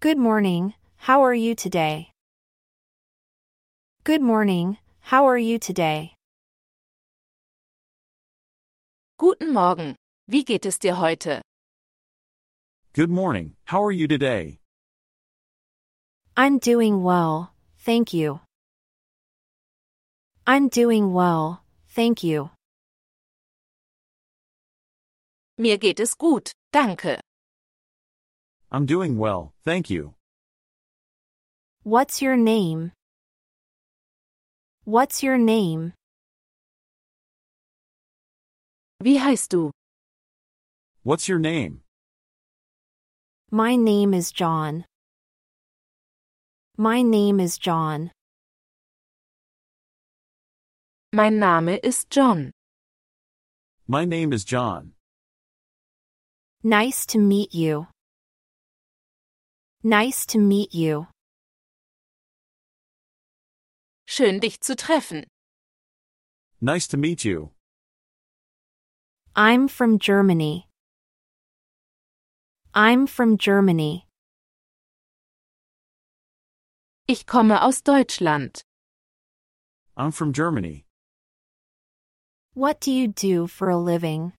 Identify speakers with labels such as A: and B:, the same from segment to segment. A: Good morning, how are you today? Good morning, how are you today?
B: Guten Morgen. Wie geht es dir heute?
C: Good morning, how are you today?
A: I'm doing well, thank you. I'm doing well, thank you.
B: Mir geht es gut, danke.
C: I'm doing well, thank you.
A: What's your name? What's your name?
B: Wie heißt du?
C: What's your name?
A: My name is John. My name is John.
B: Mein Name ist John.
C: My name is John.
A: Nice to meet you. Nice to meet you.
B: Schön dich zu treffen.
C: Nice to meet you.
A: I'm from Germany. I'm from Germany.
B: Ich komme aus Deutschland.
C: I'm from Germany.
A: What do you do for a living?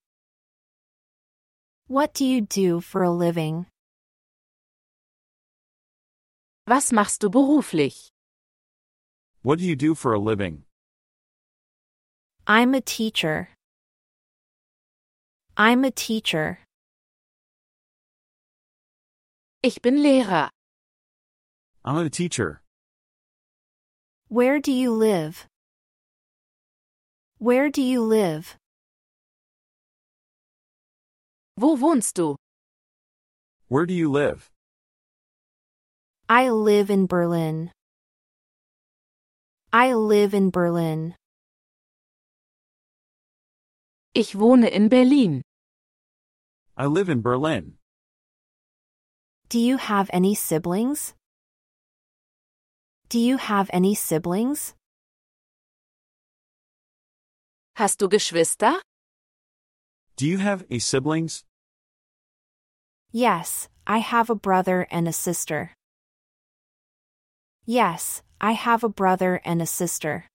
A: What do you do for a living?
B: Was machst du beruflich?
C: What do you do for a living?
A: I'm a teacher. I'm a teacher.
B: Ich bin Lehrer.
C: I'm a teacher.
A: Where do you live? Where do you live?
B: Wo wohnst du?
C: Where do you live?
A: I live in Berlin. I live in Berlin.
B: Ich wohne in Berlin.
C: I live in Berlin.
A: Do you have any siblings? Do you have any siblings?
B: Hast du Geschwister?
C: Do you have any siblings?
A: Yes, I have a brother and a sister. Yes, I have a brother and a sister.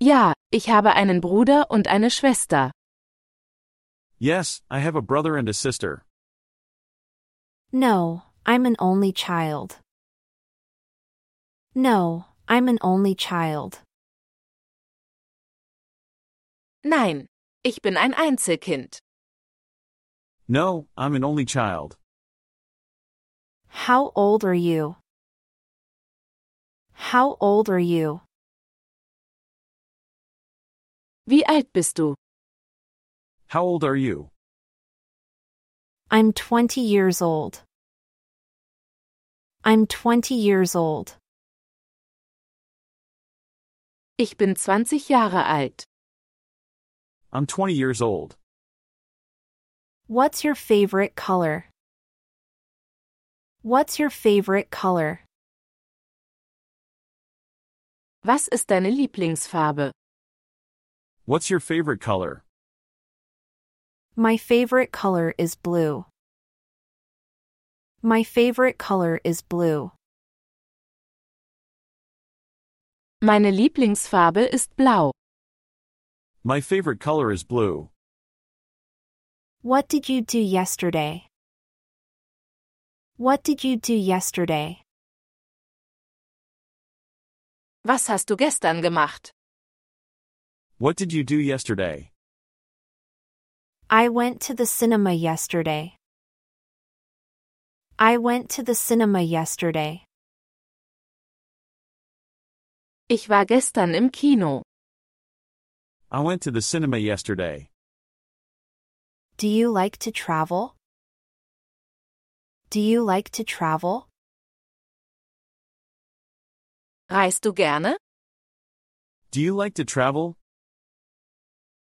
B: Ja, ich habe einen Bruder und eine Schwester.
C: Yes, I have a brother and a sister.
A: No, I'm an only child. No, I'm an only child.
B: Nein, ich bin ein Einzelkind.
C: No, I'm an only child.
A: How old are you? How old are you?
B: Wie alt bist du?
C: How old are you?
A: I'm 20 years old. I'm 20 years old.
B: Ich bin 20 Jahre alt.
C: I'm 20 years old.
A: What's your favorite color? What's your favorite color?
B: Was ist deine Lieblingsfarbe?
C: What's your favorite color?
A: My favorite color is blue. My favorite color is blue.
B: Meine Lieblingsfarbe ist blau.
C: My favorite color is blue.
A: What did you do yesterday? What did you do yesterday?
B: Was hast du gestern gemacht?
C: What did you do yesterday?
A: I went to the cinema yesterday. I went to the cinema yesterday.
B: Ich war gestern im Kino.
C: I went to the cinema yesterday.
A: Do you like to travel? Do you like to travel?
B: Reist du gerne?
C: Do you like to travel?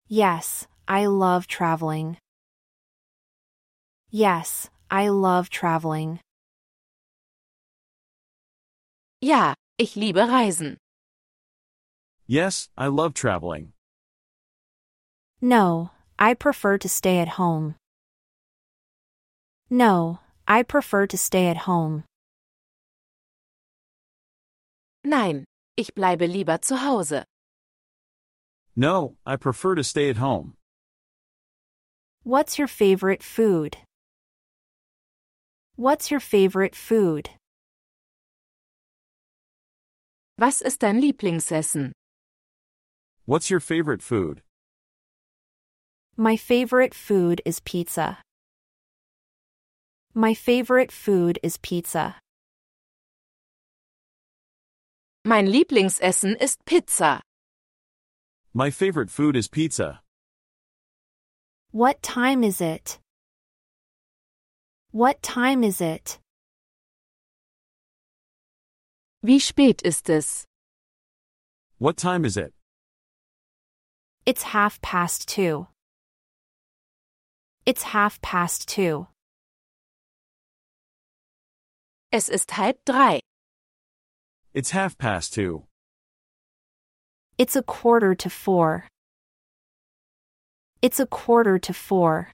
A: Yes, I love traveling. Yes, I love traveling.
B: Ja, ich liebe Reisen.
C: Yes, I love traveling.
A: No, I prefer to stay at home. No, I prefer to stay at home.
B: Nein, ich bleibe lieber zu Hause.
C: No, I prefer to stay at home.
A: What's your favorite food? What's your favorite food?
B: Was ist dein Lieblingsessen?
C: What's your favorite food?
A: My favorite food is pizza. My favorite food is pizza.
B: Mein Lieblingsessen ist Pizza.
C: My favorite food is pizza.
A: What time is it? What time is it?
B: Wie spät ist es?
C: What time is it?
A: It's half past two. It's half past two.
B: Es ist halb drei.
C: It's half past two.
A: It's a quarter to four. It's a quarter to four.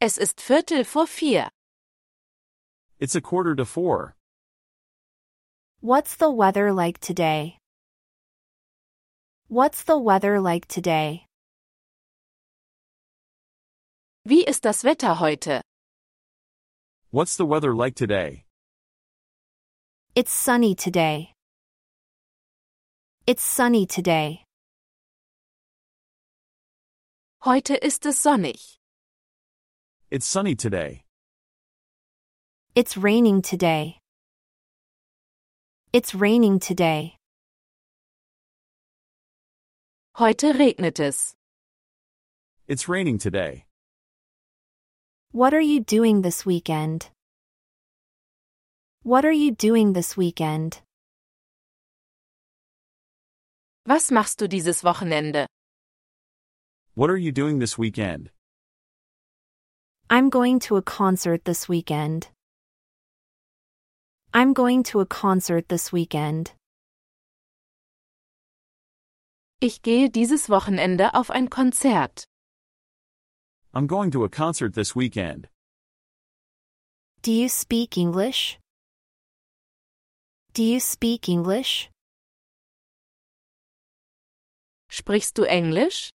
B: Es ist Viertel vor vier.
C: It's a quarter to four.
A: What's the weather like today? What's the weather like today?
B: Wie ist das Wetter heute?
C: What's the weather like today?
A: It's sunny today. It's sunny today.
B: Heute ist es sonnig.
C: It's sunny today.
A: It's raining today. It's raining today.
B: Heute regnet es.
C: It's raining today.
A: What are you doing this weekend? What are you doing this weekend?
B: Was machst du dieses Wochenende?
C: What are you doing this weekend?
A: I'm going to a concert this weekend. I'm going to a concert this weekend.
B: Ich gehe dieses Wochenende auf ein Konzert.
C: I'm going to a concert this weekend.
A: Do you speak English? Do you speak English?
B: Sprichst du Englisch?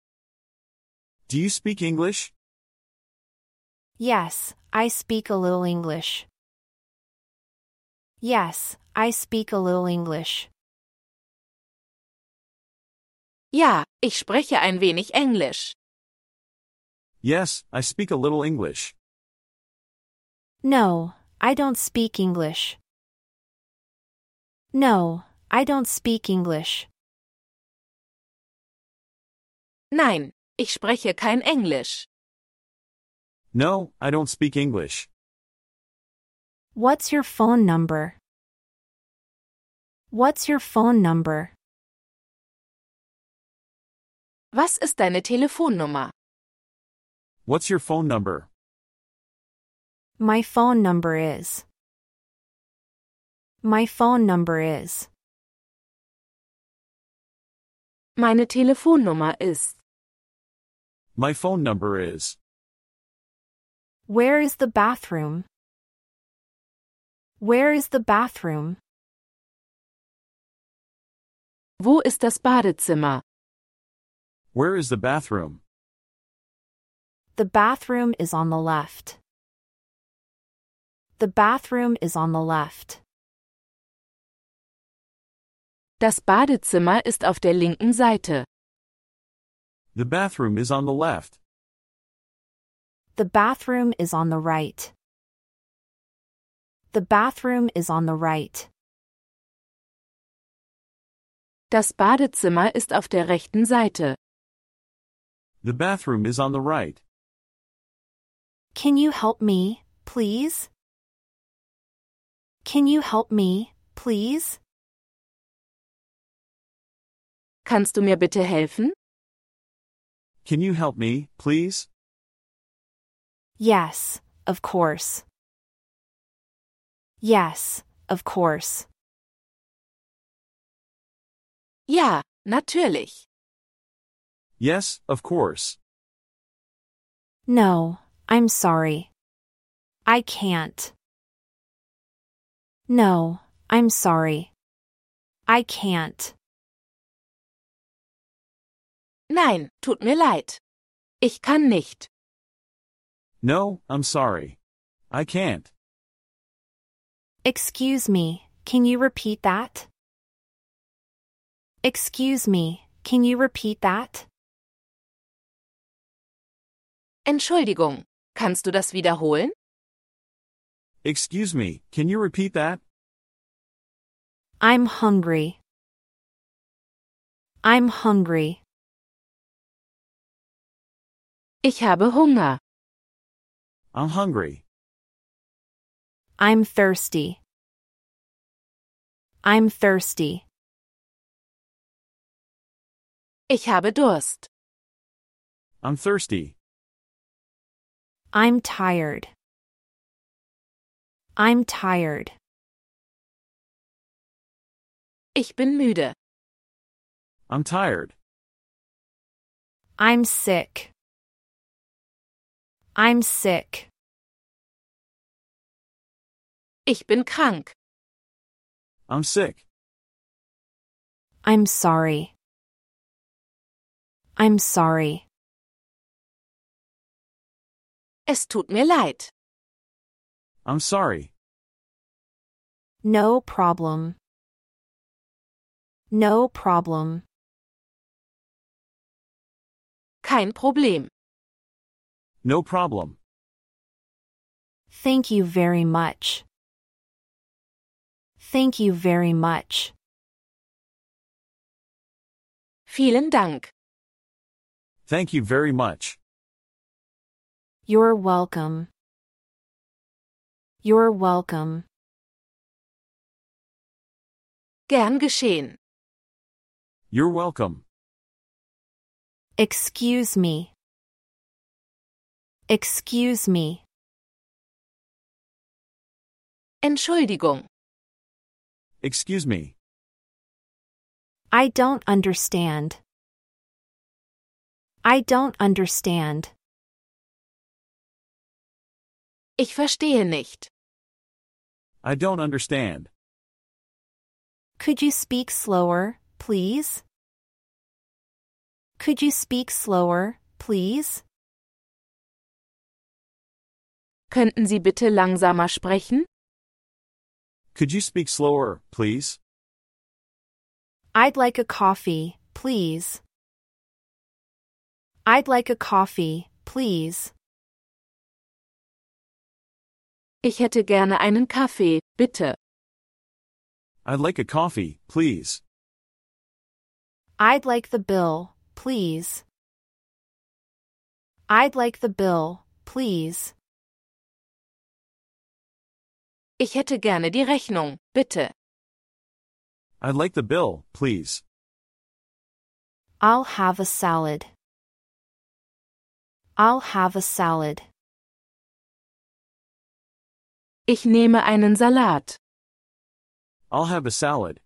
C: Do you speak English?
A: Yes, I speak a little English. Yes, I speak a little English.
B: Ja, ich spreche ein wenig Englisch.
C: Yes, I speak a little English.
A: No, I don't speak English. No, I don't speak English.
B: Nein, ich spreche kein Englisch.
C: No, I don't speak English.
A: What's your phone number? What's your phone number?
B: Was ist deine Telefonnummer?
C: What's your phone number?
A: My phone number is. My phone number is.
B: Meine Telefonnummer ist.
C: My phone number is.
A: Where is the bathroom? Where is the bathroom?
B: Wo ist das Badezimmer?
C: Where is the bathroom?
A: The bathroom is on the left. The bathroom is on the left.
B: Das Badezimmer ist auf der linken Seite.
C: The bathroom is on the left.
A: The bathroom is on the right. The bathroom is on the right.
B: Das Badezimmer ist auf der rechten Seite.
C: The bathroom is on the right.
A: Can you help me, please? Can you help me, please?
B: Kannst du mir bitte helfen?
C: Can you help me, please?
A: Yes, of course. Yes, of course.
B: Ja, natürlich.
C: Yes, of course.
A: No, I'm sorry. I can't. No, I'm sorry. I can't.
B: Nein, tut mir leid. Ich kann nicht.
C: No, I'm sorry. I can't.
A: Excuse me, can you repeat that? Excuse me, can you repeat that?
B: Entschuldigung, kannst du das wiederholen?
C: Excuse me, can you repeat that?
A: I'm hungry. I'm hungry.
B: Ich habe Hunger.
C: I'm hungry.
A: I'm thirsty. I'm thirsty.
B: Ich habe Durst.
C: I'm thirsty.
A: I'm tired. I'm tired.
B: Ich bin müde.
C: I'm tired.
A: I'm sick. I'm sick.
B: Ich bin krank.
C: I'm sick.
A: I'm sorry. I'm sorry.
B: Es tut mir leid.
C: I'm sorry.
A: No problem. No problem.
B: Kein Problem.
C: No problem.
A: Thank you very much. Thank you very much.
B: Vielen Dank.
C: Thank you very much.
A: You're welcome. You're welcome.
B: Gern geschehen.
C: You're welcome.
A: Excuse me. Excuse me.
B: Entschuldigung.
C: Excuse me.
A: I don't understand. I don't understand.
B: Ich verstehe nicht.
C: I don't understand.
A: Could you speak slower, please? Could you speak slower, please?
B: Könnten Sie bitte langsamer sprechen?
C: Could you speak slower, please?
A: I'd like a coffee, please. I'd like a coffee, please.
B: Ich hätte gerne einen Kaffee, bitte.
C: I'd like a coffee, please.
A: I'd like the bill, please. I'd like the bill, please.
B: Ich hätte gerne die Rechnung, bitte.
C: I'd like the bill, please.
A: I'll have a salad. I'll have a salad.
B: Ich nehme einen Salat.
C: I'll have a salad.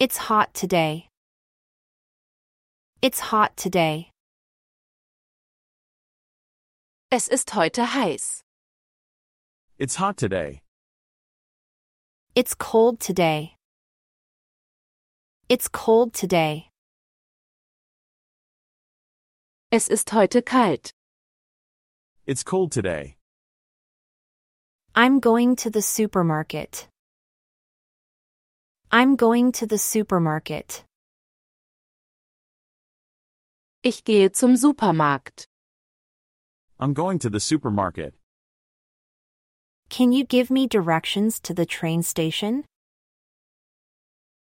A: It's hot today. It's hot today.
B: Es ist heute heiß.
C: It's hot today.
A: It's cold today. It's cold today.
B: Es ist heute kalt.
C: It's cold today.
A: I'm going to the supermarket. I'm going to the supermarket.
B: Ich gehe zum Supermarkt.
C: I'm going to the supermarket.
A: Can you give me directions to the train station?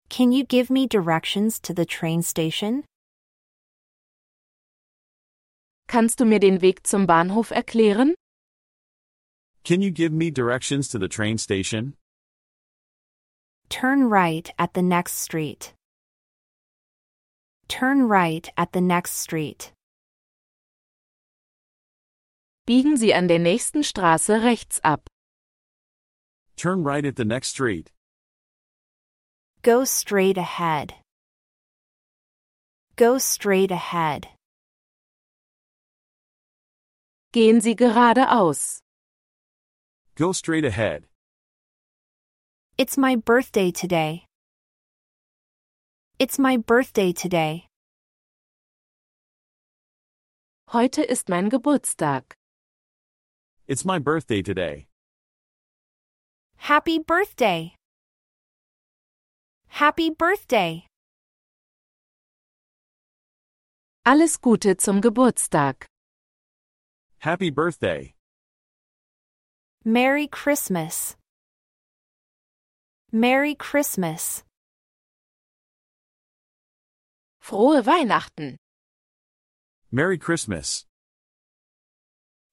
A: Can you give me directions to the train station?
B: Kannst du mir den Weg zum Bahnhof erklären?
C: Can you give me directions to the train station?
A: Turn right at the next street. Turn right at the next street.
B: Biegen Sie an der nächsten Straße rechts ab.
C: Turn right at the next street.
A: Go straight ahead. Go straight ahead.
B: Gehen Sie geradeaus.
C: Go straight ahead.
A: It's my birthday today. It's my birthday today.
B: Heute ist mein Geburtstag.
C: It's my birthday today.
A: Happy birthday. Happy birthday.
B: Alles Gute zum Geburtstag.
C: Happy birthday.
A: Merry Christmas. Merry Christmas.
B: Frohe Weihnachten.
C: Merry Christmas.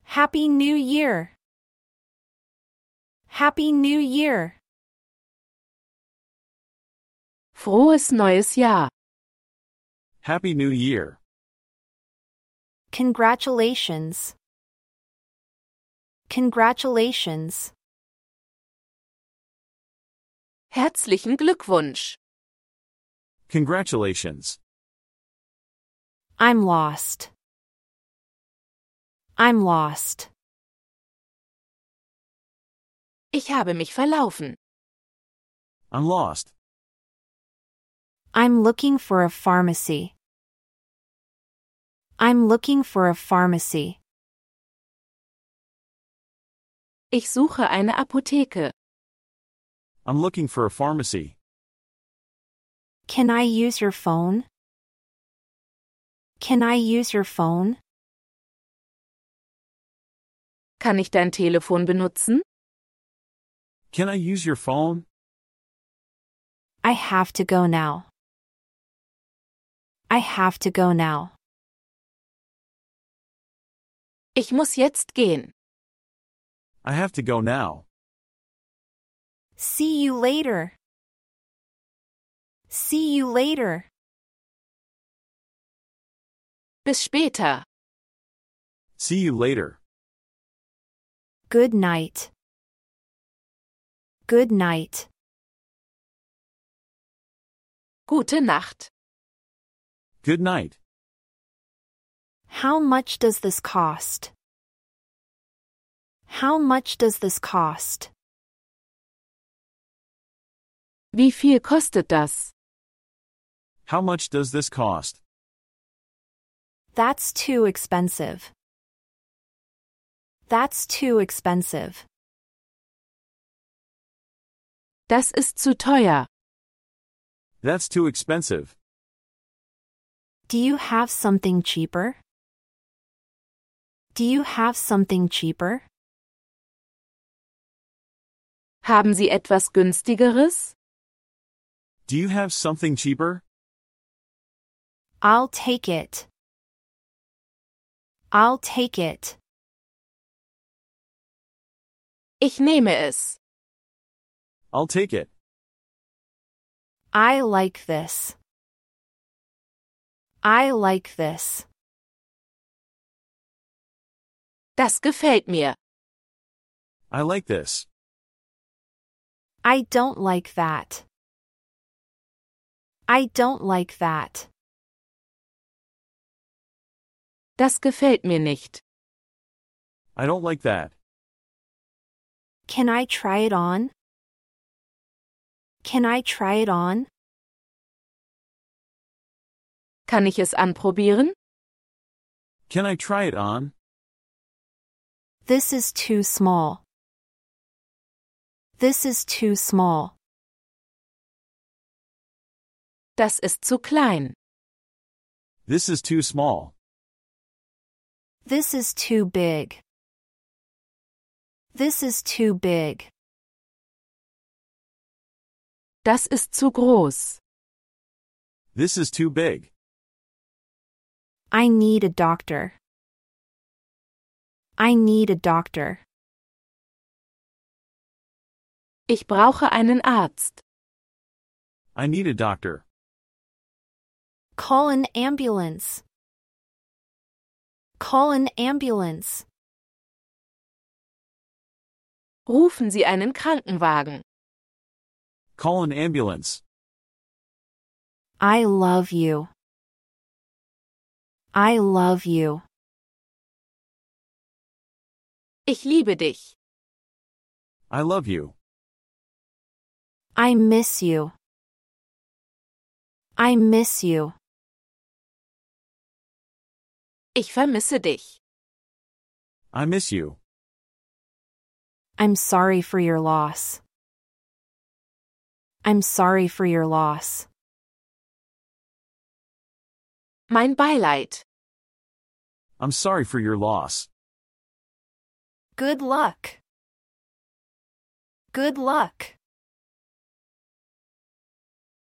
A: Happy New Year. Happy New Year.
B: Frohes neues Jahr.
C: Happy New Year.
A: Congratulations. Congratulations.
B: Herzlichen Glückwunsch.
C: Congratulations.
A: I'm lost. I'm lost.
B: Ich habe mich verlaufen.
C: I'm lost.
A: I'm looking for a pharmacy. I'm looking for a pharmacy.
B: Ich suche eine Apotheke.
C: I'm looking for a pharmacy.
A: Can I use your phone? Can I use your phone?
B: Kann ich dein Telefon benutzen?
C: Can I use your phone?
A: I have to go now. I have to go now.
B: Ich muss jetzt gehen.
C: I have to go now.
A: See you later. See you later.
B: Bis später.
C: See you later.
A: Good night. Good night.
B: Gute Nacht.
C: Good night.
A: How much does this cost? How much does this cost?
B: Wie viel kostet das?
C: How much does this cost?
A: That's too expensive. That's too expensive.
B: Das ist zu teuer.
C: That's too expensive.
A: Do you have something cheaper? Do you have something cheaper?
B: Haben Sie etwas günstigeres?
C: Do you have something cheaper?
A: I'll take it. I'll take it.
B: Ich nehme es.
C: I'll take it.
A: I like this. I like this.
B: Das gefällt mir.
C: I like this.
A: I don't like that. I don't like that.
B: Das gefällt mir nicht.
C: I don't like that.
A: Can I try it on? Can I try it on?
B: Kann ich es anprobieren?
C: Can I try it on?
A: This is too small. This is too small.
B: Das ist zu klein.
C: This is too small.
A: This is too big. This is too big.
B: Das ist zu groß.
C: This is too big.
A: I need a doctor. I need a doctor.
B: Ich brauche einen Arzt.
C: I need a doctor.
A: Call an ambulance. Call an ambulance.
B: Rufen Sie einen Krankenwagen.
C: Call an ambulance.
A: I love you. I love you.
B: Ich liebe dich.
C: I love you.
A: I miss you. I miss you.
B: Ich vermisse dich.
C: I miss you.
A: I'm sorry for your loss. I'm sorry for your loss.
B: Mein Beileid.
C: I'm sorry for your loss.
A: Good luck. Good luck.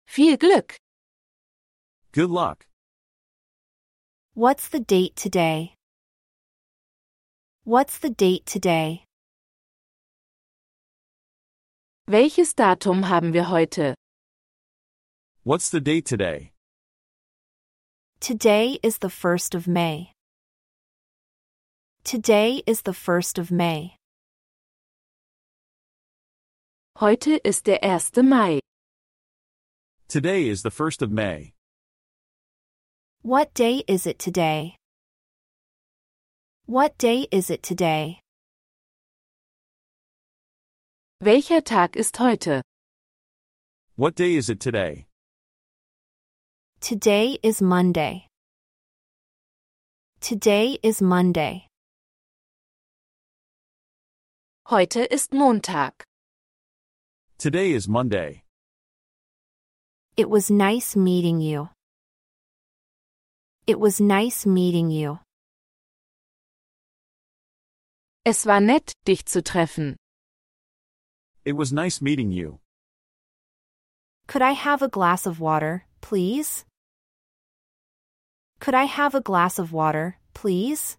B: Viel Glück.
C: Good luck.
A: What's the date today? What's the date today?
B: Welches Datum haben wir heute?
C: What's the date today?
A: Today is the 1st of May. Today is the 1st of May.
B: Heute ist der 1. Mai.
C: Today is the 1st of May.
A: What day is it today? What day is it today?
B: Welcher Tag ist heute?
C: What day is it today?
A: Today is Monday. Today is Monday.
B: Heute ist Montag.
C: Today is Monday.
A: It was nice meeting you. It was nice meeting you.
B: Es war nett, dich zu treffen.
C: It was nice meeting you.
A: Could I have a glass of water, please? Could I have a glass of water, please?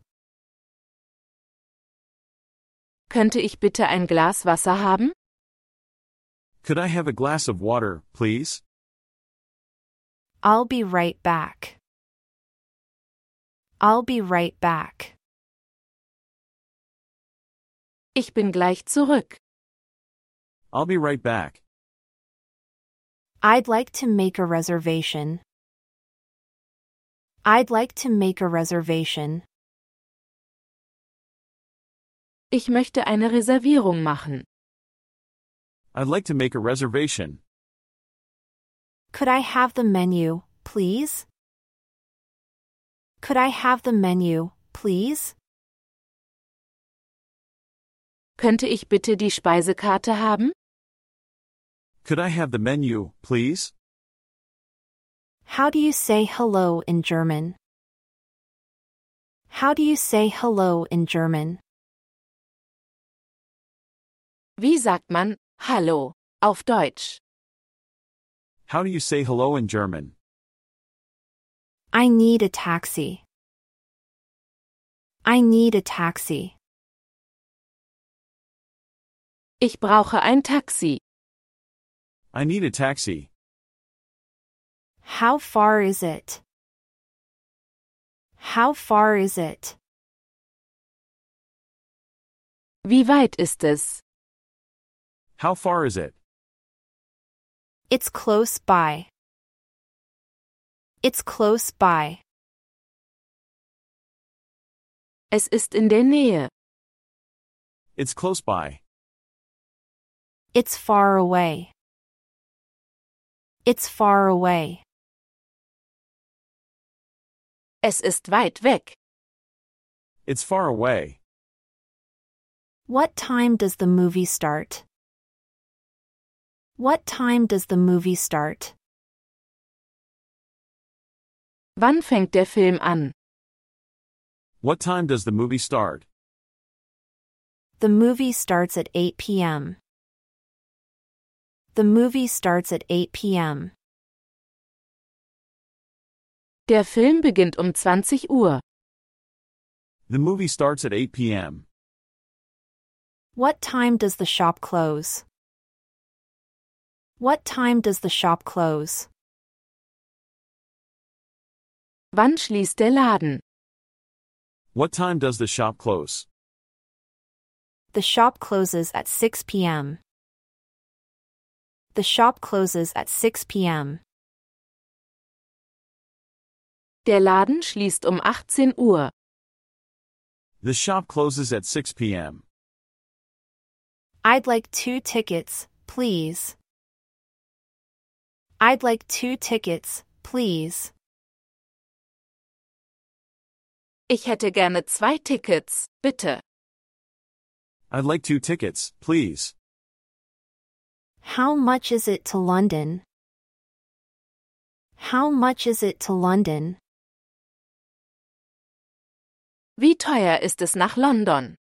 B: Könnte ich bitte ein Glas Wasser haben?
C: Could I have a glass of water, please?
A: I'll be right back. I'll be right back.
B: Ich bin gleich zurück.
C: I'll be right back.
A: I'd like to make a reservation. I'd like to make a reservation.
B: Ich möchte eine Reservierung machen.
C: I'd like to make a reservation.
A: Could I have the menu, please? Could I have the menu, please?
B: Könnte ich bitte die Speisekarte haben?
C: Could I have the menu, please?
A: How do you say hello in German? How do you say hello in German?
B: Wie sagt man Hallo auf Deutsch?
C: How do you say hello in German?
A: I need a taxi. I need a taxi.
B: Ich brauche ein Taxi.
C: I need a taxi.
A: How far is it? How far is it?
B: Wie weit ist es?
C: How far is it?
A: It's close by. It's close by.
B: Es ist in der Nähe.
C: It's close by.
A: It's far away. It's far away.
B: Es ist weit weg.
C: It's far away.
A: What time does the movie start? What time does the movie start?
B: Wann fängt der Film an?
C: What time does the movie start?
A: The movie starts at 8 p.m. The movie starts at 8 p.m.
B: Der Film beginnt um 20 Uhr.
C: The movie starts at 8 p.m.
A: What time does the shop close? What time does the shop close?
B: Wann schließt der Laden?
C: What time does the shop close?
A: The shop closes at 6 p.m. The shop closes at 6 p.m.
B: Der Laden schließt um 18 Uhr.
C: The shop closes at 6 p.m.
A: I'd like two tickets, please. I'd like two tickets, please.
B: Ich hätte gerne zwei Tickets, bitte.
C: I'd like two tickets, please.
A: How much is it to London? How much is it to London?
B: Wie teuer ist es nach London?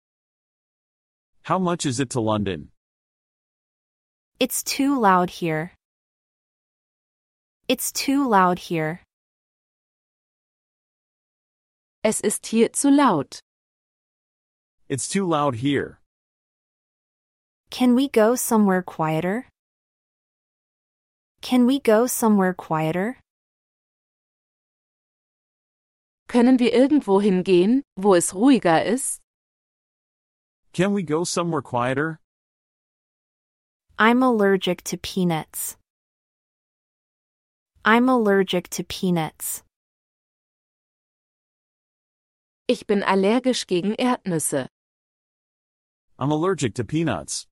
C: How much is it to London?
A: It's too loud here. It's too loud here.
B: Es ist hier zu laut.
C: It's too loud here.
A: Can we go somewhere quieter? Can we go somewhere quieter?
B: Können wir irgendwo hingehen, wo es ruhiger ist?
C: Can we go somewhere quieter?
A: I'm allergic to peanuts. I'm allergic to peanuts.
B: Ich bin allergisch gegen Erdnüsse.
C: I'm allergic to peanuts.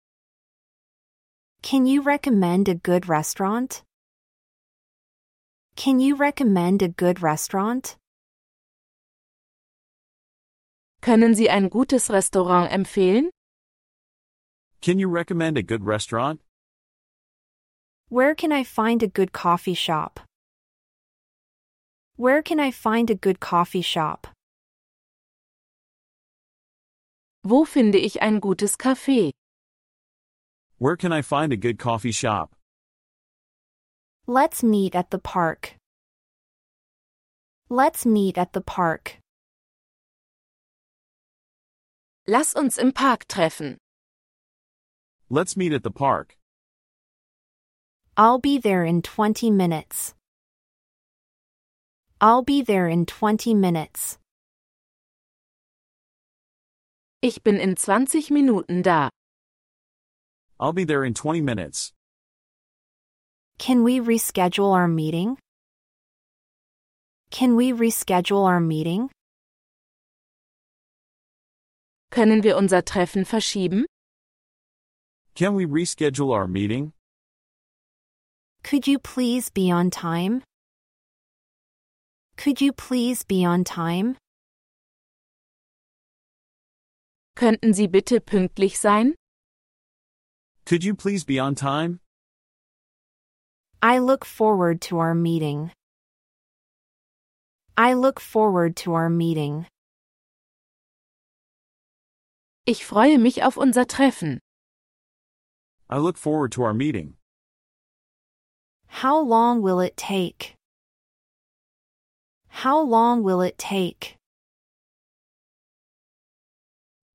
A: Can you recommend a good restaurant? Can you recommend a good restaurant?
B: Können Sie ein gutes Restaurant empfehlen?
C: Can you recommend a good restaurant?
A: Where can I find a good coffee shop? Where can I find a good coffee shop?
B: Wo finde ich ein gutes Café?
C: Where can I find a good coffee shop?
A: Let's meet at the park. Let's meet at the park.
B: Lass uns im Park treffen.
C: Let's meet at the park.
A: I'll be there in 20 minutes. I'll be there in 20 minutes.
B: Ich bin in 20 Minuten da.
C: I'll be there in 20 minutes.
A: Can we reschedule our meeting? Can we reschedule our meeting?
B: Können wir unser Treffen verschieben?
C: Can we reschedule our meeting?
A: Could you please be on time? Could you please be on time?
B: Könnten Sie bitte pünktlich sein?
C: Could you please be on time?
A: I look forward to our meeting. I look forward to our meeting.
B: Ich freue mich auf unser Treffen.
C: I look forward to our meeting.
A: How long will it take? How long will it take?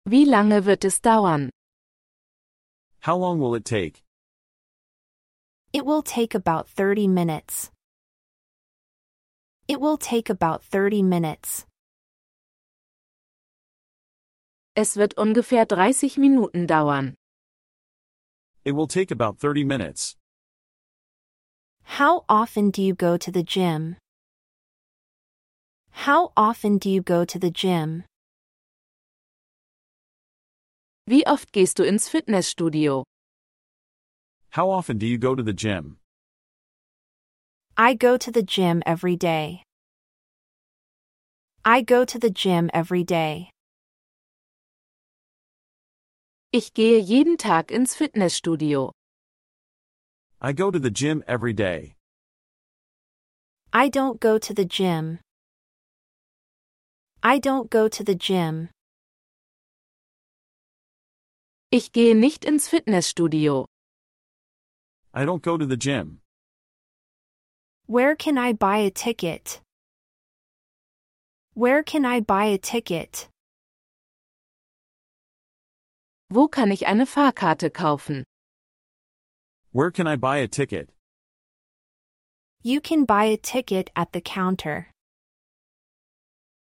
B: Wie lange wird es dauern?
C: How long will it take?
A: It will take about 30 minutes. It will take about 30 minutes.
B: Es wird ungefähr 30 Minuten dauern.
C: It will take about 30 minutes.
A: How often do you go to the gym? How often do you go to the gym?
B: Wie oft gehst du ins Fitnessstudio?
C: How often do you go to the gym?
A: I go to the gym every day. I go to the gym every day.
B: Ich gehe jeden Tag ins Fitnessstudio.
C: I go to the gym every day.
A: I don't go to the gym. I don't go to the gym.
B: Ich gehe nicht ins Fitnessstudio.
C: I don't go to the gym.
A: Where can I buy a ticket? Where can I buy a ticket?
B: Wo kann ich eine Fahrkarte kaufen?
C: Where can I buy a ticket?
A: You can buy a ticket at the counter.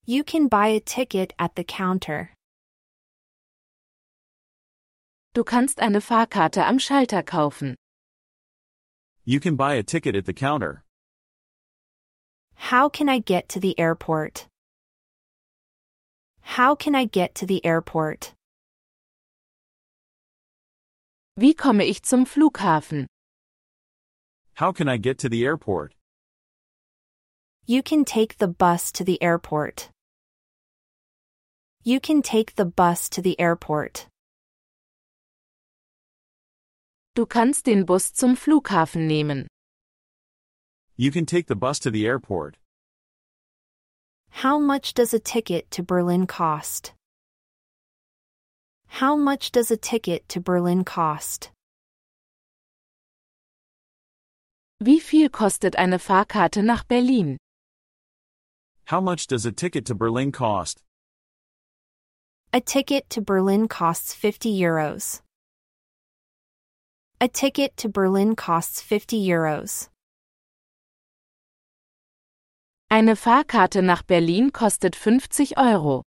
A: You can buy a ticket at the counter.
B: Du kannst eine Fahrkarte am Schalter kaufen.
C: You can buy a ticket at the counter.
A: How can I get to the airport? How can I get to the airport?
B: Wie komme ich zum Flughafen?
C: How can I get to the airport?
A: You can take the bus to the airport. You can take the bus to the airport.
B: Du kannst den Bus zum Flughafen nehmen.
C: You can take the bus to the airport.
A: How much does a ticket to Berlin cost? How much does a ticket to Berlin cost?
B: Wie viel kostet eine Fahrkarte nach Berlin?
C: How much does a ticket to Berlin cost?
A: A ticket to Berlin costs 50 euros. A ticket to Berlin costs 50 euros.
B: Eine Fahrkarte nach Berlin kostet 50 Euro.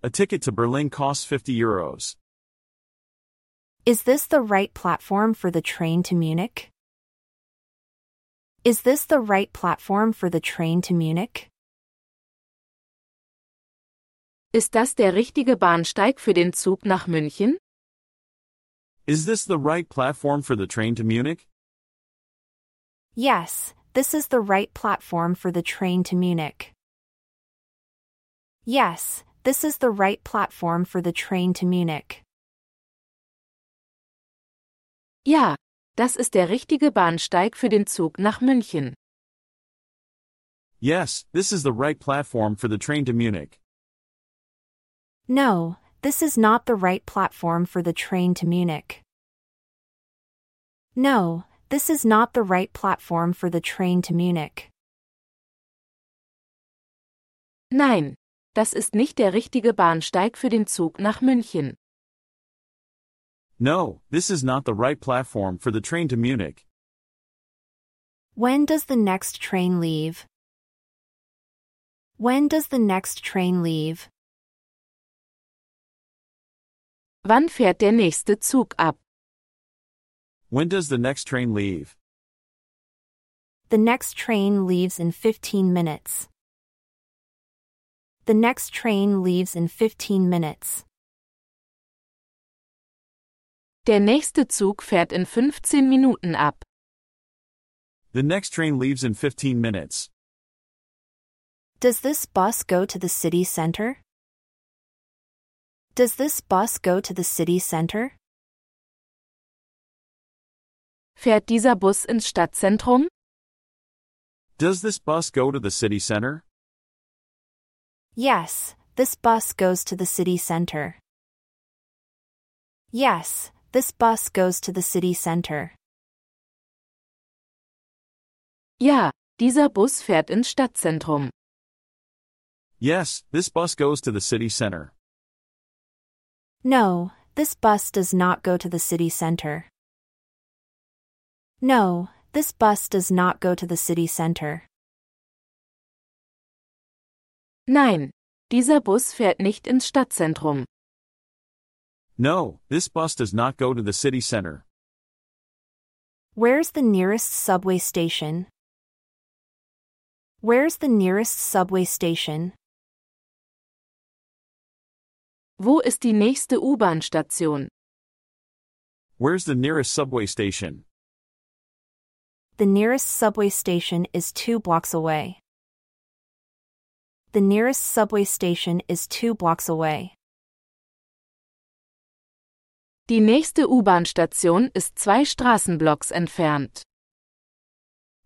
C: A ticket to Berlin costs 50 euros.
A: Is this the right platform for the train to Munich? Is this the right platform for the train to Munich?
B: Ist das der richtige Bahnsteig für den Zug nach München?
C: Is this the right platform for the train to Munich?
A: Yes, this is the right platform for the train to Munich. Yes, this is the right platform for the train to Munich.
B: Ja, das ist der richtige Bahnsteig für den Zug nach München.
C: Yes, this is the right platform for the train to Munich.
A: No, this is not the right platform for the train to Munich. No, this is not the right platform for the train to Munich.
B: Nein, das ist nicht der richtige Bahnsteig für den Zug nach München.
C: No, this is not the right platform for the train to Munich.
A: When does the next train leave? When does the next train leave?
B: Wann fährt der nächste Zug ab?
C: When does the next train leave?
A: The next train leaves in 15 minutes. The next train leaves in 15 minutes.
B: Der nächste Zug fährt in 15 Minuten ab.
C: The next train leaves in 15 minutes.
A: Does this bus go to the city center? Does this bus go to the city center?
B: Fährt dieser Bus ins Stadtzentrum?
C: Does this bus go to the city center?
A: Yes, this bus goes to the city center. Yes, this bus goes to the city center.
B: Ja, dieser Bus fährt ins Stadtzentrum.
C: Yes, this bus goes to the city center.
A: No, this bus does not go to the city center. No, this bus does not go to the city center.
B: Nein, dieser Bus fährt nicht ins Stadtzentrum.
C: No, this bus does not go to the city center.
A: Where's the nearest subway station? Where's the nearest subway station?
B: Wo ist die nächste U-Bahn-Station?
C: Where's the nearest subway station?
A: The nearest subway station is two blocks away. The nearest subway station is two blocks away.
B: Die nächste U-Bahn-Station ist zwei Straßenblocks entfernt.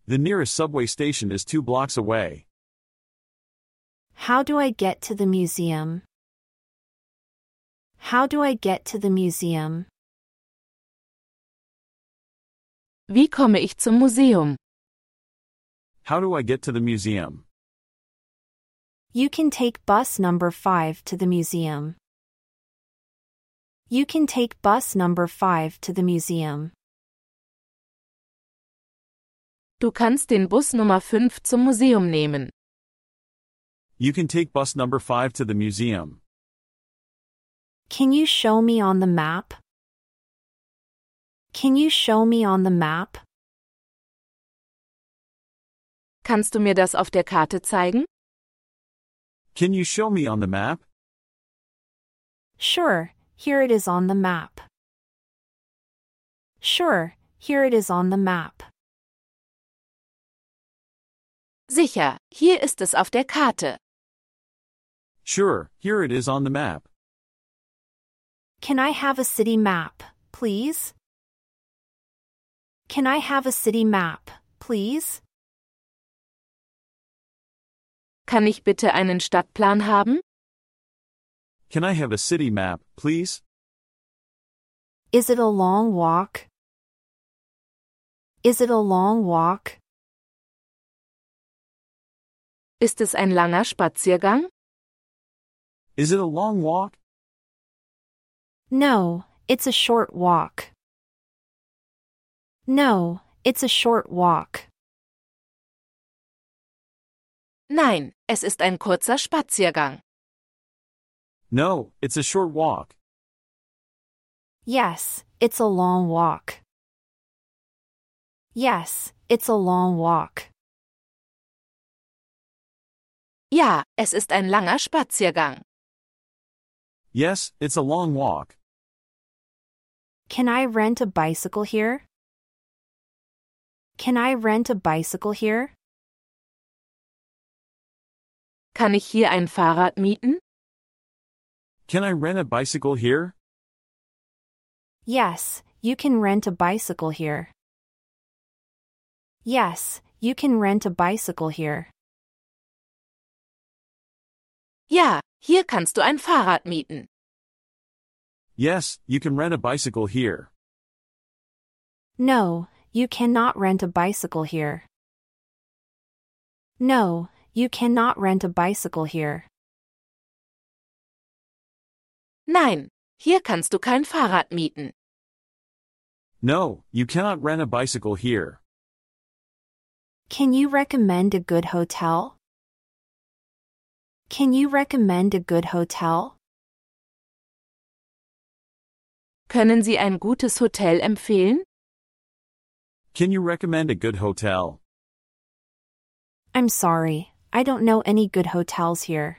C: The nearest subway station is two blocks away.
A: How do I get to the museum? How do I get to the museum?
B: Wie komme ich zum Museum?
C: How do I get to the museum?
A: You can take bus number 5 to the museum. You can take bus number 5 to the museum.
B: Du kannst den Bus Nummer 5 zum Museum nehmen.
C: You can take bus number 5 to the museum.
A: Can you show me on the map? Can you show me on the map?
B: Kannst du mir das auf der Karte zeigen?
C: Can you show me on the map?
A: Sure, here it is on the map. Sure, here it is on the map.
B: Sicher, hier ist es auf der Karte.
C: Sure, here it is on the map.
A: Can I have a city map, please? Can I have a city map, please?
B: Kann ich bitte einen Stadtplan haben?
C: Can I have a city map, please?
A: Is it a long walk? Is it a long walk?
B: Ist es ein langer Spaziergang?
C: Is it a long walk?
A: No, it's a short walk. No, it's a short walk.
B: Nein, es ist ein kurzer Spaziergang.
C: No, it's a short walk.
A: Yes, it's a long walk. Yes, it's a long walk.
B: Ja, es ist ein langer Spaziergang.
C: Yes, it's a long walk.
A: Can I rent a bicycle here? Can I rent a bicycle here?
B: Kann ich hier ein Fahrrad mieten?
C: Can I rent a bicycle here?
A: Yes, you can rent a bicycle here. Yes, you can rent a bicycle here.
B: Ja, hier kannst du ein Fahrrad mieten.
C: Yes, you can rent a bicycle here.
A: No, you cannot rent a bicycle here. No, you cannot rent a bicycle here.
B: Nein, hier kannst du kein Fahrrad mieten.
C: No, you cannot rent a bicycle here.
A: Can you recommend a good hotel? Can you recommend a good hotel?
B: Können Sie ein gutes Hotel empfehlen?
C: Can you recommend a good hotel?
A: I'm sorry, I don't know any good hotels here.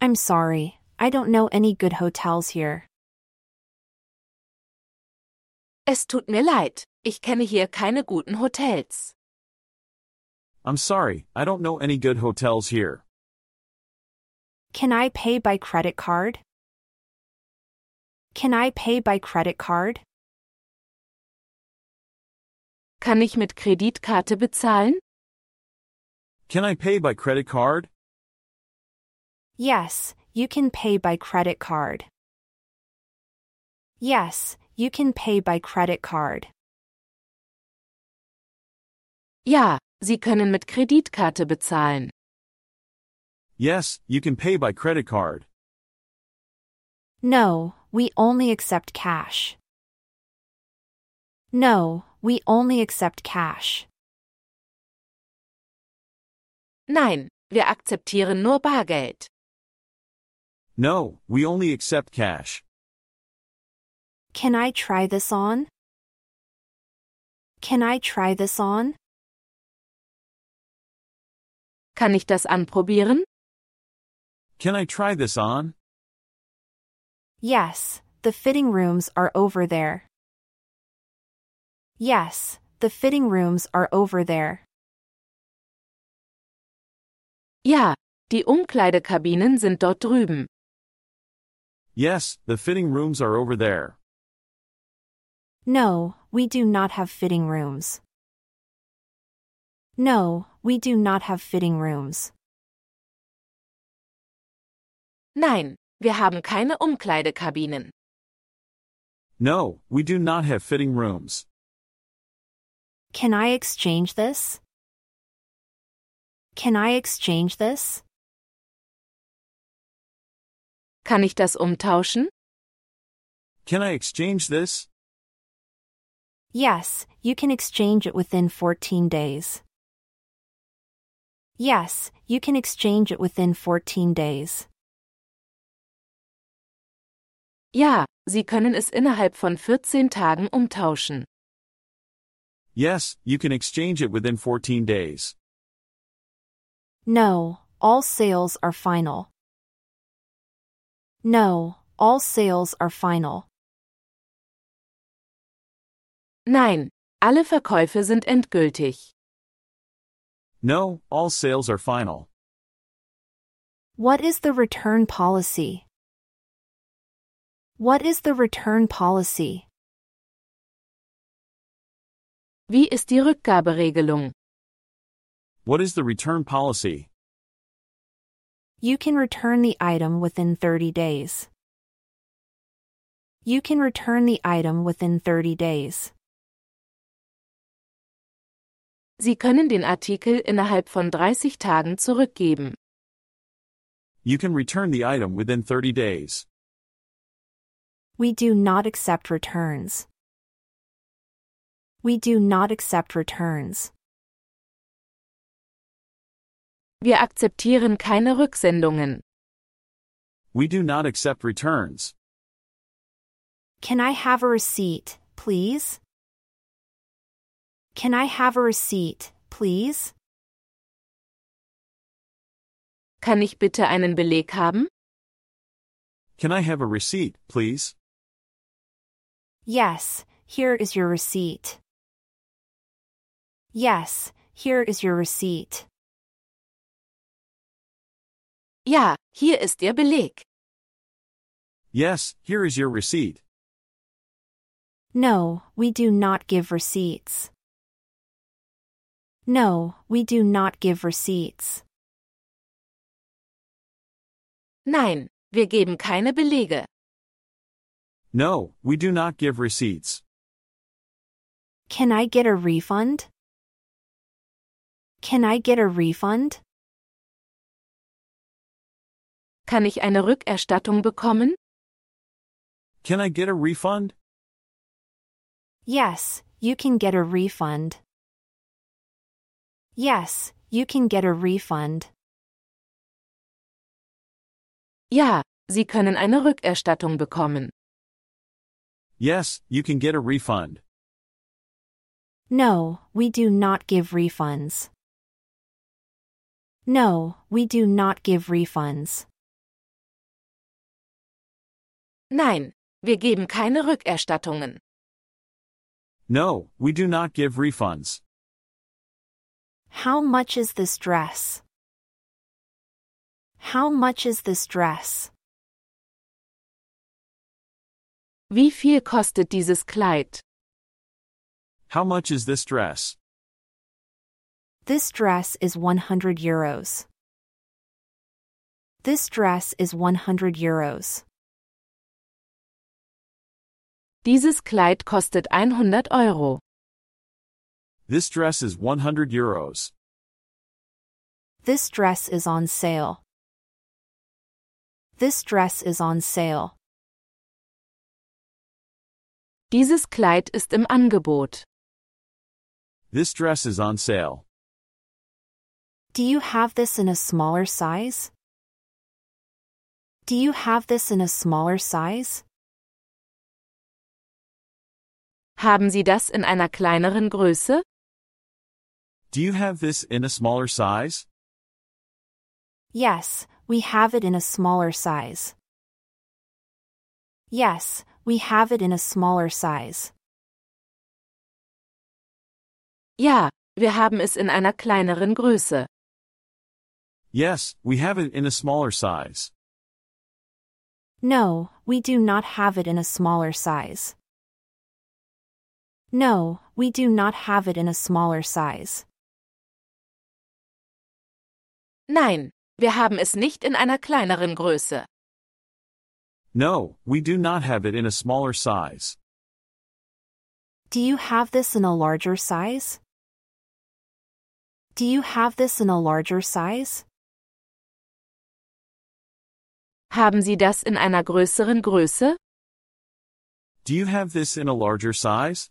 A: I'm sorry, I don't know any good hotels here.
B: Es tut mir leid, ich kenne hier keine guten Hotels.
C: I'm sorry, I don't know any good hotels here.
A: Can I pay by credit card? Can I pay by credit card?
B: Kann ich mit Kreditkarte bezahlen?
C: Can I pay by credit card?
A: Yes, you can pay by credit card. Yes, you can pay by credit card.
B: Ja, Sie können mit Kreditkarte bezahlen.
C: Yes, you can pay by credit card.
A: No, we only accept cash. No, we only accept cash.
B: Nein, wir akzeptieren nur Bargeld.
C: No, we only accept cash.
A: Can I try this on? Can I try this on?
B: Kann ich das anprobieren?
C: Can I try this on?
A: Yes, the fitting rooms are over there. Yes, the fitting rooms are over there.
B: Ja, die Umkleidekabinen sind dort drüben.
C: Yes, the fitting rooms are over there.
A: No, we do not have fitting rooms. No, we do not have fitting rooms.
B: Nein, wir haben keine Umkleidekabinen.
C: No, we do not have fitting rooms.
A: Can I exchange this? Can I exchange this?
B: Kann ich das umtauschen?
C: Can I exchange this?
A: Yes, you can exchange it within 14 days. Yes, you can exchange it within 14 days.
B: Ja, Sie können es innerhalb von 14 Tagen umtauschen.
C: Yes, you can exchange it within 14 days.
A: No, All sales are final. No, all sales are final.
B: Nein, alle Verkäufe sind endgültig.
C: No, all sales are final.
A: What is the return policy? What is the return policy?
B: Wie ist die Rückgaberegelung?
C: What is the return policy?
A: You can return the item within 30 days. You can return the item within 30 days.
B: Sie können den Artikel innerhalb von 30 Tagen zurückgeben.
C: You can return the item within 30 days.
A: We do not accept returns. We do not accept returns.
B: Wir akzeptieren keine Rücksendungen.
C: We do not accept returns.
A: Can I have a receipt, please? Can I have a receipt, please?
B: Kann ich bitte einen Beleg haben?
C: Can I have a receipt, please?
A: Yes, here is your receipt. Yes, here is your receipt.
B: Ja, hier ist Ihr Beleg.
C: Yes, here is your receipt.
A: No, we do not give receipts. No, we do not give receipts.
B: Nein, wir geben keine Belege.
C: No, we do not give receipts.
A: Can I get a refund? Can I get a refund?
B: Kann ich eine Rückerstattung bekommen?
C: Can I get a refund?
A: Yes, you can get a refund. Yes, you can get a refund.
B: Ja, Sie können eine Rückerstattung bekommen.
C: Yes, you can get a refund.
A: No, we do not give refunds. No, we do not give refunds.
B: Nein, wir geben keine Rückerstattungen.
C: No, we do not give refunds.
A: How much is this dress? How much is this dress?
B: Wie viel kostet dieses Kleid?
C: How much is this dress?
A: This dress is 100 euros. This dress is 100 euros.
B: Dieses Kleid kostet 100 Euro.
C: This dress is 100 euros.
A: This dress is on sale. This dress is on sale.
B: Dieses Kleid ist im Angebot.
C: This dress is on sale.
A: Do you have this in a smaller size? Do you have this in a smaller size?
B: Haben Sie das in einer kleineren Größe?
C: Do you have this in a smaller size?
A: Yes, we have it in a smaller size. Yes, we have it in a smaller size.
B: Ja, wir haben es in einer kleineren Größe.
C: Yes, we have it in a smaller size.
A: No, we do not have it in a smaller size. No, we do not have it in a smaller size.
B: Nein, wir haben es nicht in einer kleineren Größe.
C: No, we do not have it in a smaller size.
A: Do you have this in a larger size? Do you have this in a larger size?
B: Haben Sie das in einer größeren Größe?
C: Do you have this in a larger size?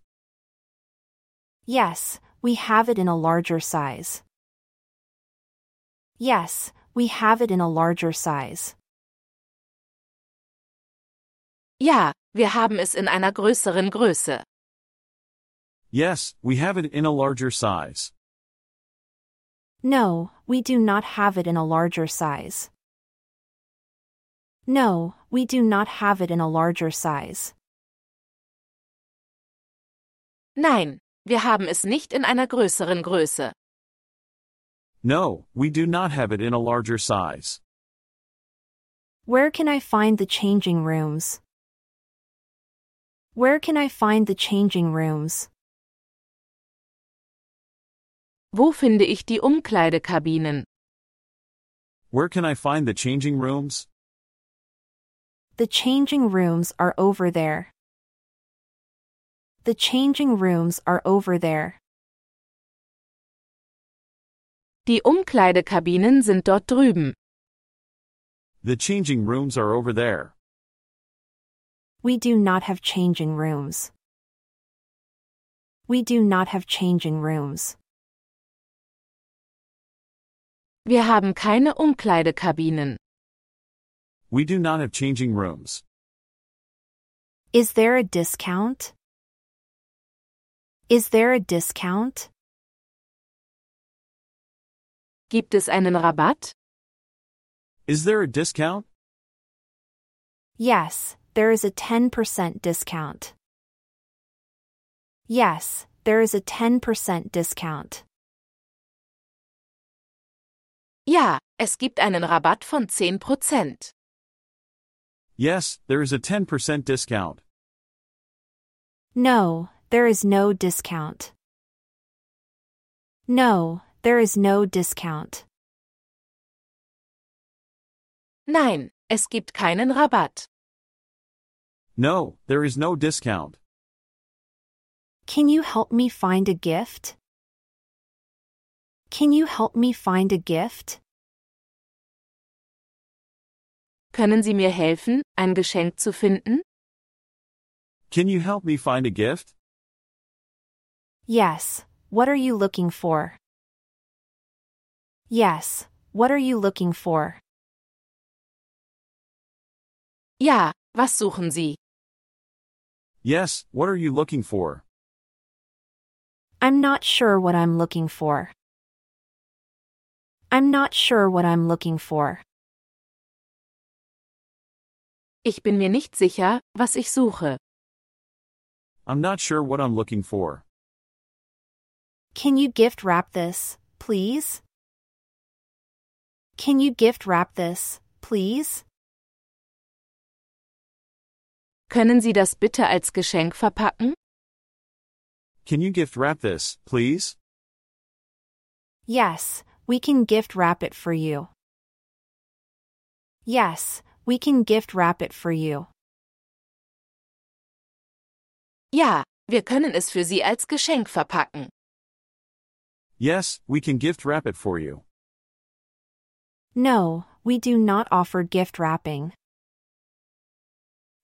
A: Yes, we have it in a larger size. Yes, we have it in a larger size.
B: Ja, wir haben es in einer größeren Größe.
C: Yes, we have it in a larger size.
A: No, we do not have it in a larger size. No, we do not have it in a larger size.
B: Nein, wir haben es nicht in einer größeren Größe.
C: No, we do not have it in a larger size.
A: Where can I find the changing rooms? Where can I find the changing rooms?
B: Wo finde ich die Umkleidekabinen?
C: Where can I find the changing rooms?
A: The changing rooms are over there. The changing rooms are over there.
B: Die Umkleidekabinen sind dort drüben.
C: The changing rooms are over there.
A: We do not have changing rooms. We do not have changing rooms.
B: Wir haben keine Umkleidekabinen.
C: We do not have changing rooms.
A: Is there a discount? Is there a discount?
B: Gibt es einen Rabatt?
C: Is there a discount?
A: Yes, there is a 10% discount. Yes, there is a 10% discount.
B: Ja, es gibt einen Rabatt von 10%.
C: Yes, there is a 10% discount.
A: No, there is no discount. No, there is no discount.
B: Nein, es gibt keinen Rabatt.
C: No, there is no discount.
A: Can you help me find a gift? Can you help me find a gift?
B: Können Sie mir helfen, ein Geschenk zu finden?
C: Can you help me find a gift?
A: Yes, what are you looking for? Yes, what are you looking for?
B: Ja, was suchen Sie?
C: Yes, what are you looking for?
A: I'm not sure what I'm looking for. I'm not sure what I'm looking for.
B: Ich bin mir nicht sicher, was ich suche.
C: I'm not sure what I'm looking for.
A: Can you gift wrap this, please? Can you gift wrap this, please?
B: Können Sie das bitte als Geschenk verpacken?
C: Can you gift wrap this, please?
A: Yes, we can gift wrap it for you. Yes, we can gift wrap it for you.
B: Ja, wir können es für Sie als Geschenk verpacken.
C: Yes, we can gift wrap it for you.
A: No, we do not offer gift wrapping.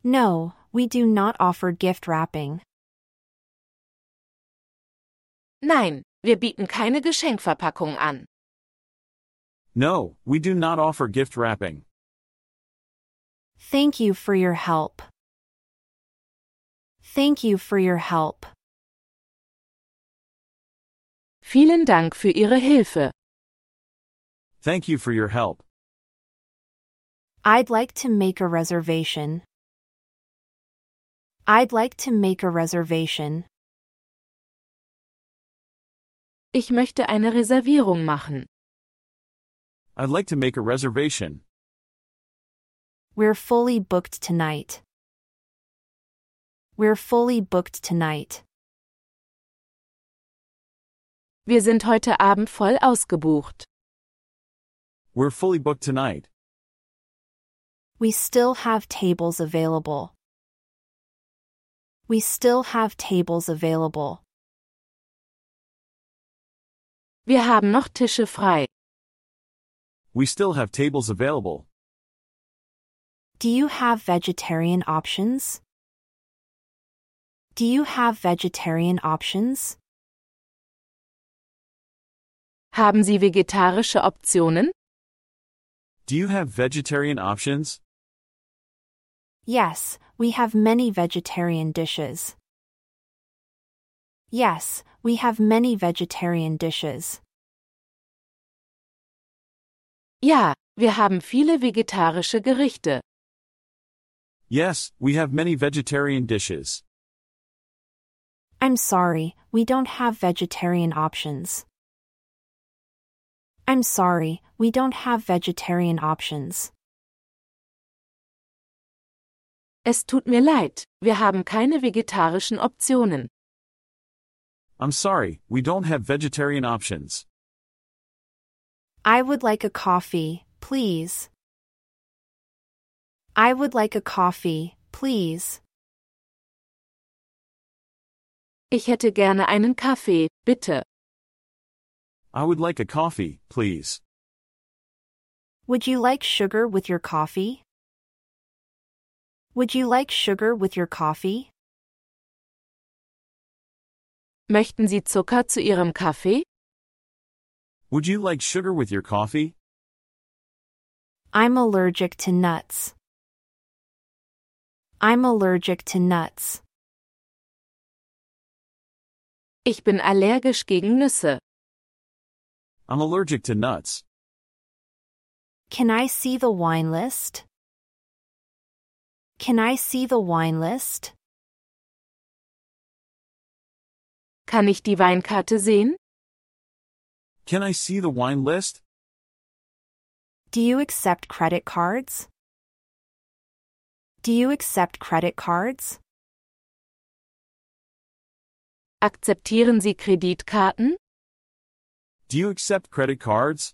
A: No, we do not offer gift wrapping.
B: Nein, wir bieten keine Geschenkverpackung an.
C: No, we do not offer gift wrapping.
A: Thank you for your help. Thank you for your help.
B: Vielen Dank für Ihre Hilfe.
C: Thank you for your help.
A: I'd like to make a reservation. I'd like to make a reservation.
B: Ich möchte eine Reservierung machen.
C: I'd like to make a reservation.
A: We're fully booked tonight. We're fully booked tonight.
B: Wir sind heute Abend voll ausgebucht.
C: We're fully booked tonight.
A: We still have tables available. We still have tables available.
B: Wir haben noch Tische frei.
C: We still have tables available.
A: Do you have vegetarian options? Do you have vegetarian options?
B: Haben Sie vegetarische Optionen?
C: Do you have vegetarian options?
A: Yes, we have many vegetarian dishes. Yes, we have many vegetarian dishes.
B: Ja, wir haben viele vegetarische Gerichte.
C: Yes, we have many vegetarian dishes.
A: I'm sorry, we don't have vegetarian options. I'm sorry, we don't have vegetarian options.
B: Es tut mir leid, wir haben keine vegetarischen Optionen.
C: I'm sorry, we don't have vegetarian options.
A: I would like a coffee, please. I would like a coffee, please.
B: Ich hätte gerne einen Kaffee, bitte.
C: I would like a coffee, please.
A: Would you like sugar with your coffee? Would you like sugar with your coffee?
B: Möchten Sie Zucker zu Ihrem Kaffee?
C: Would you like sugar with your coffee?
A: I'm allergic to nuts. I'm allergic to nuts.
B: Ich bin allergisch gegen Nüsse.
C: I'm allergic to nuts.
A: Can I see the wine list? Can I see the wine list?
B: Kann ich die Weinkarte sehen?
C: Can I see the wine list?
A: Do you accept credit cards? Do you accept credit cards?
B: Akzeptieren Sie Kreditkarten?
C: Do you accept credit cards?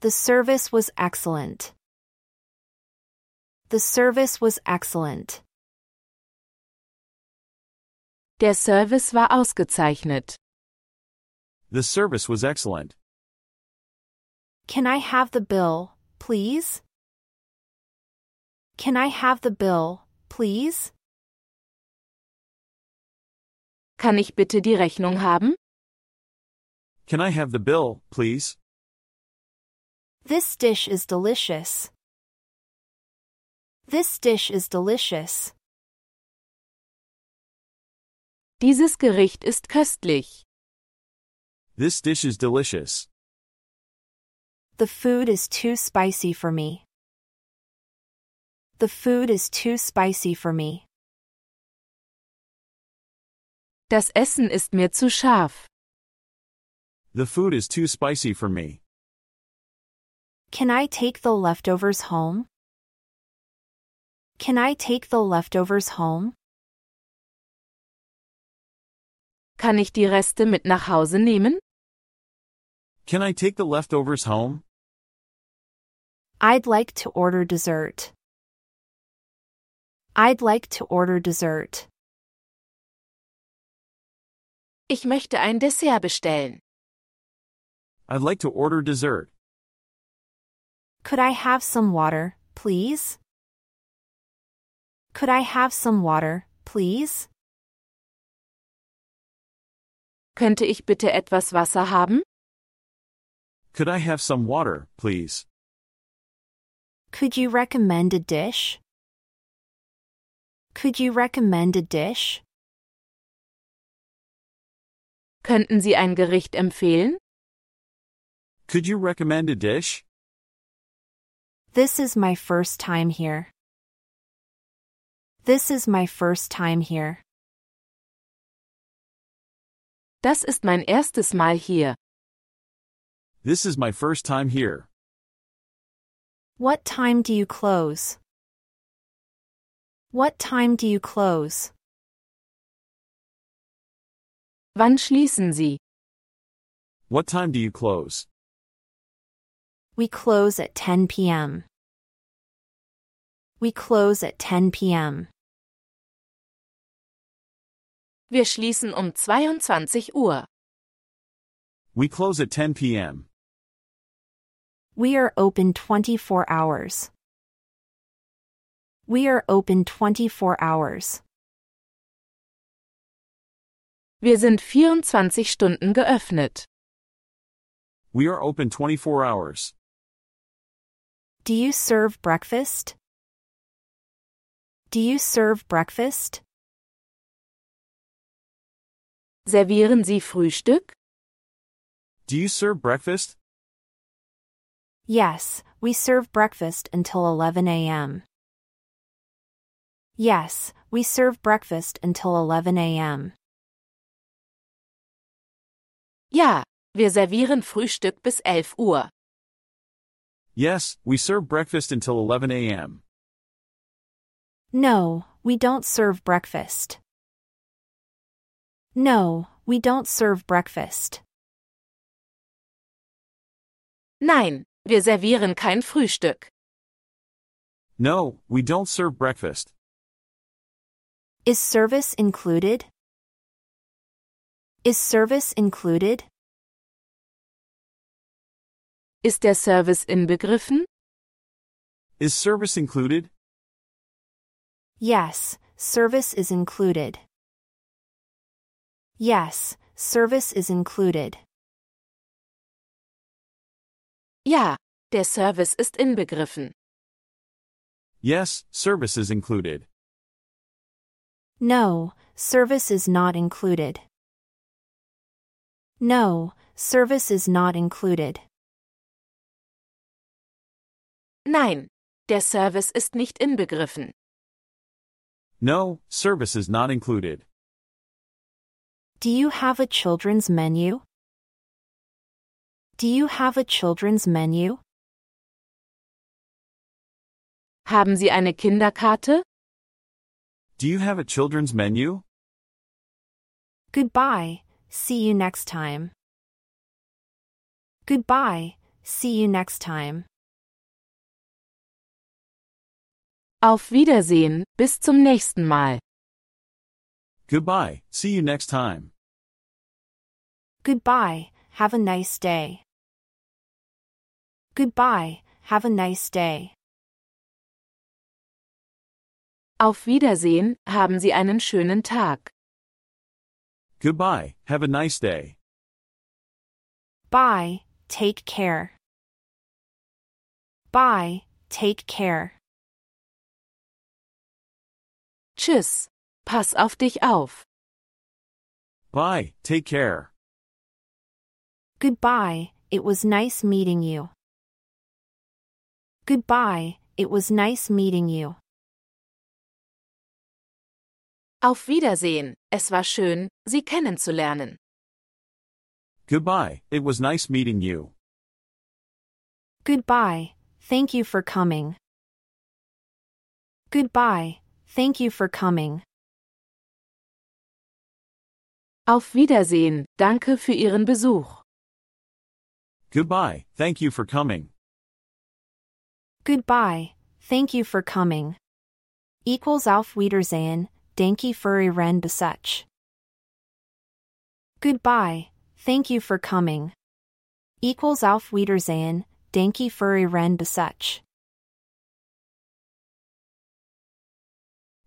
A: The service was excellent. The service was excellent.
B: Der Service war ausgezeichnet.
C: The service was excellent.
A: Can I have the bill, please? Can I have the bill, please?
B: Kann ich bitte die Rechnung haben?
C: Can I have the bill, please?
A: This dish is delicious. This dish is delicious.
B: Dieses Gericht ist köstlich.
C: This dish is delicious.
A: The food is too spicy for me. The food is too spicy for me.
B: Das Essen ist mir zu scharf.
C: The food is too spicy for me.
A: Can I take the leftovers home? Can I take the leftovers home?
B: Kann ich die Reste mit nach Hause nehmen?
C: Can I take the leftovers home?
A: I'd like to order dessert. I'd like to order dessert.
B: Ich möchte ein Dessert bestellen.
C: I'd like to order dessert.
A: Could I have some water, please? Could I have some water, please?
B: Könnte ich bitte etwas Wasser haben?
C: Could I have some water, please?
A: Could you recommend a dish? Could you recommend a dish?
B: Könnten Sie ein Gericht empfehlen?
C: Could you recommend a dish?
A: This is my first time here. This is my first time here.
B: Das ist mein erstes Mal hier.
C: This is my first time here.
A: What time do you close? What time do you close?
B: Wann schließen Sie?
C: What time do you close?
A: We close at 10 p.m. We close at 10 p.m.
B: Wir schließen um 22 Uhr.
C: We close at 10 p.m.
A: We are open 24 hours. We are open 24 hours.
B: Wir sind 24 Stunden geöffnet.
C: We are open 24 hours.
A: Do you serve breakfast? Do you serve breakfast?
B: Servieren Sie Frühstück?
C: Do you serve breakfast?
A: Yes, we serve breakfast until 11 a.m. Yes, we serve breakfast until 11 a.m.
B: Ja, wir servieren Frühstück bis 11 Uhr.
C: Yes, we serve breakfast until 11 a.m.
A: No, we don't serve breakfast. No, we don't serve breakfast.
B: Nein, wir servieren kein Frühstück.
C: No, we don't serve breakfast.
A: Is service included? Is service included?
B: Ist der Service inbegriffen?
C: Is service included?
A: Yes, service is included. Yes, service is included.
B: Ja, der Service ist inbegriffen.
C: Yes, service is included.
A: No, service is not included. No, service is not included.
B: Nein, der Service ist nicht inbegriffen.
C: No, service is not included.
A: Do you have a children's menu? Do you have a children's menu?
B: Haben Sie eine Kinderkarte?
C: Do you have a children's menu?
A: Goodbye, see you next time. Goodbye, see you next time.
B: Auf Wiedersehen, bis zum nächsten Mal.
C: Goodbye, see you next time.
A: Goodbye, have a nice day. Goodbye, have a nice day.
B: Auf Wiedersehen, haben Sie einen schönen Tag.
C: Goodbye, have a nice day.
A: Bye, take care. Bye, take care.
B: Tschüss. Pass auf dich auf.
C: Bye, take care.
A: Goodbye, it was nice meeting you. Goodbye, it was nice meeting you.
B: Auf Wiedersehen, es war schön, Sie kennenzulernen.
C: Goodbye, it was nice meeting you.
A: Goodbye, thank you for coming. Goodbye, thank you for coming.
B: Auf Wiedersehen, danke für Ihren Besuch.
C: Goodbye, thank you for coming.
A: Goodbye, thank you for coming. Equals auf Wiedersehen, danke für Ihren Besuch. Goodbye, thank you for coming. Equals auf Wiedersehen, danke für Ihren Besuch.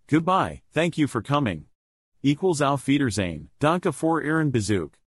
C: Goodbye, thank you for coming. Equals Auf Wiedersehen, Danke für Ihren Besuch.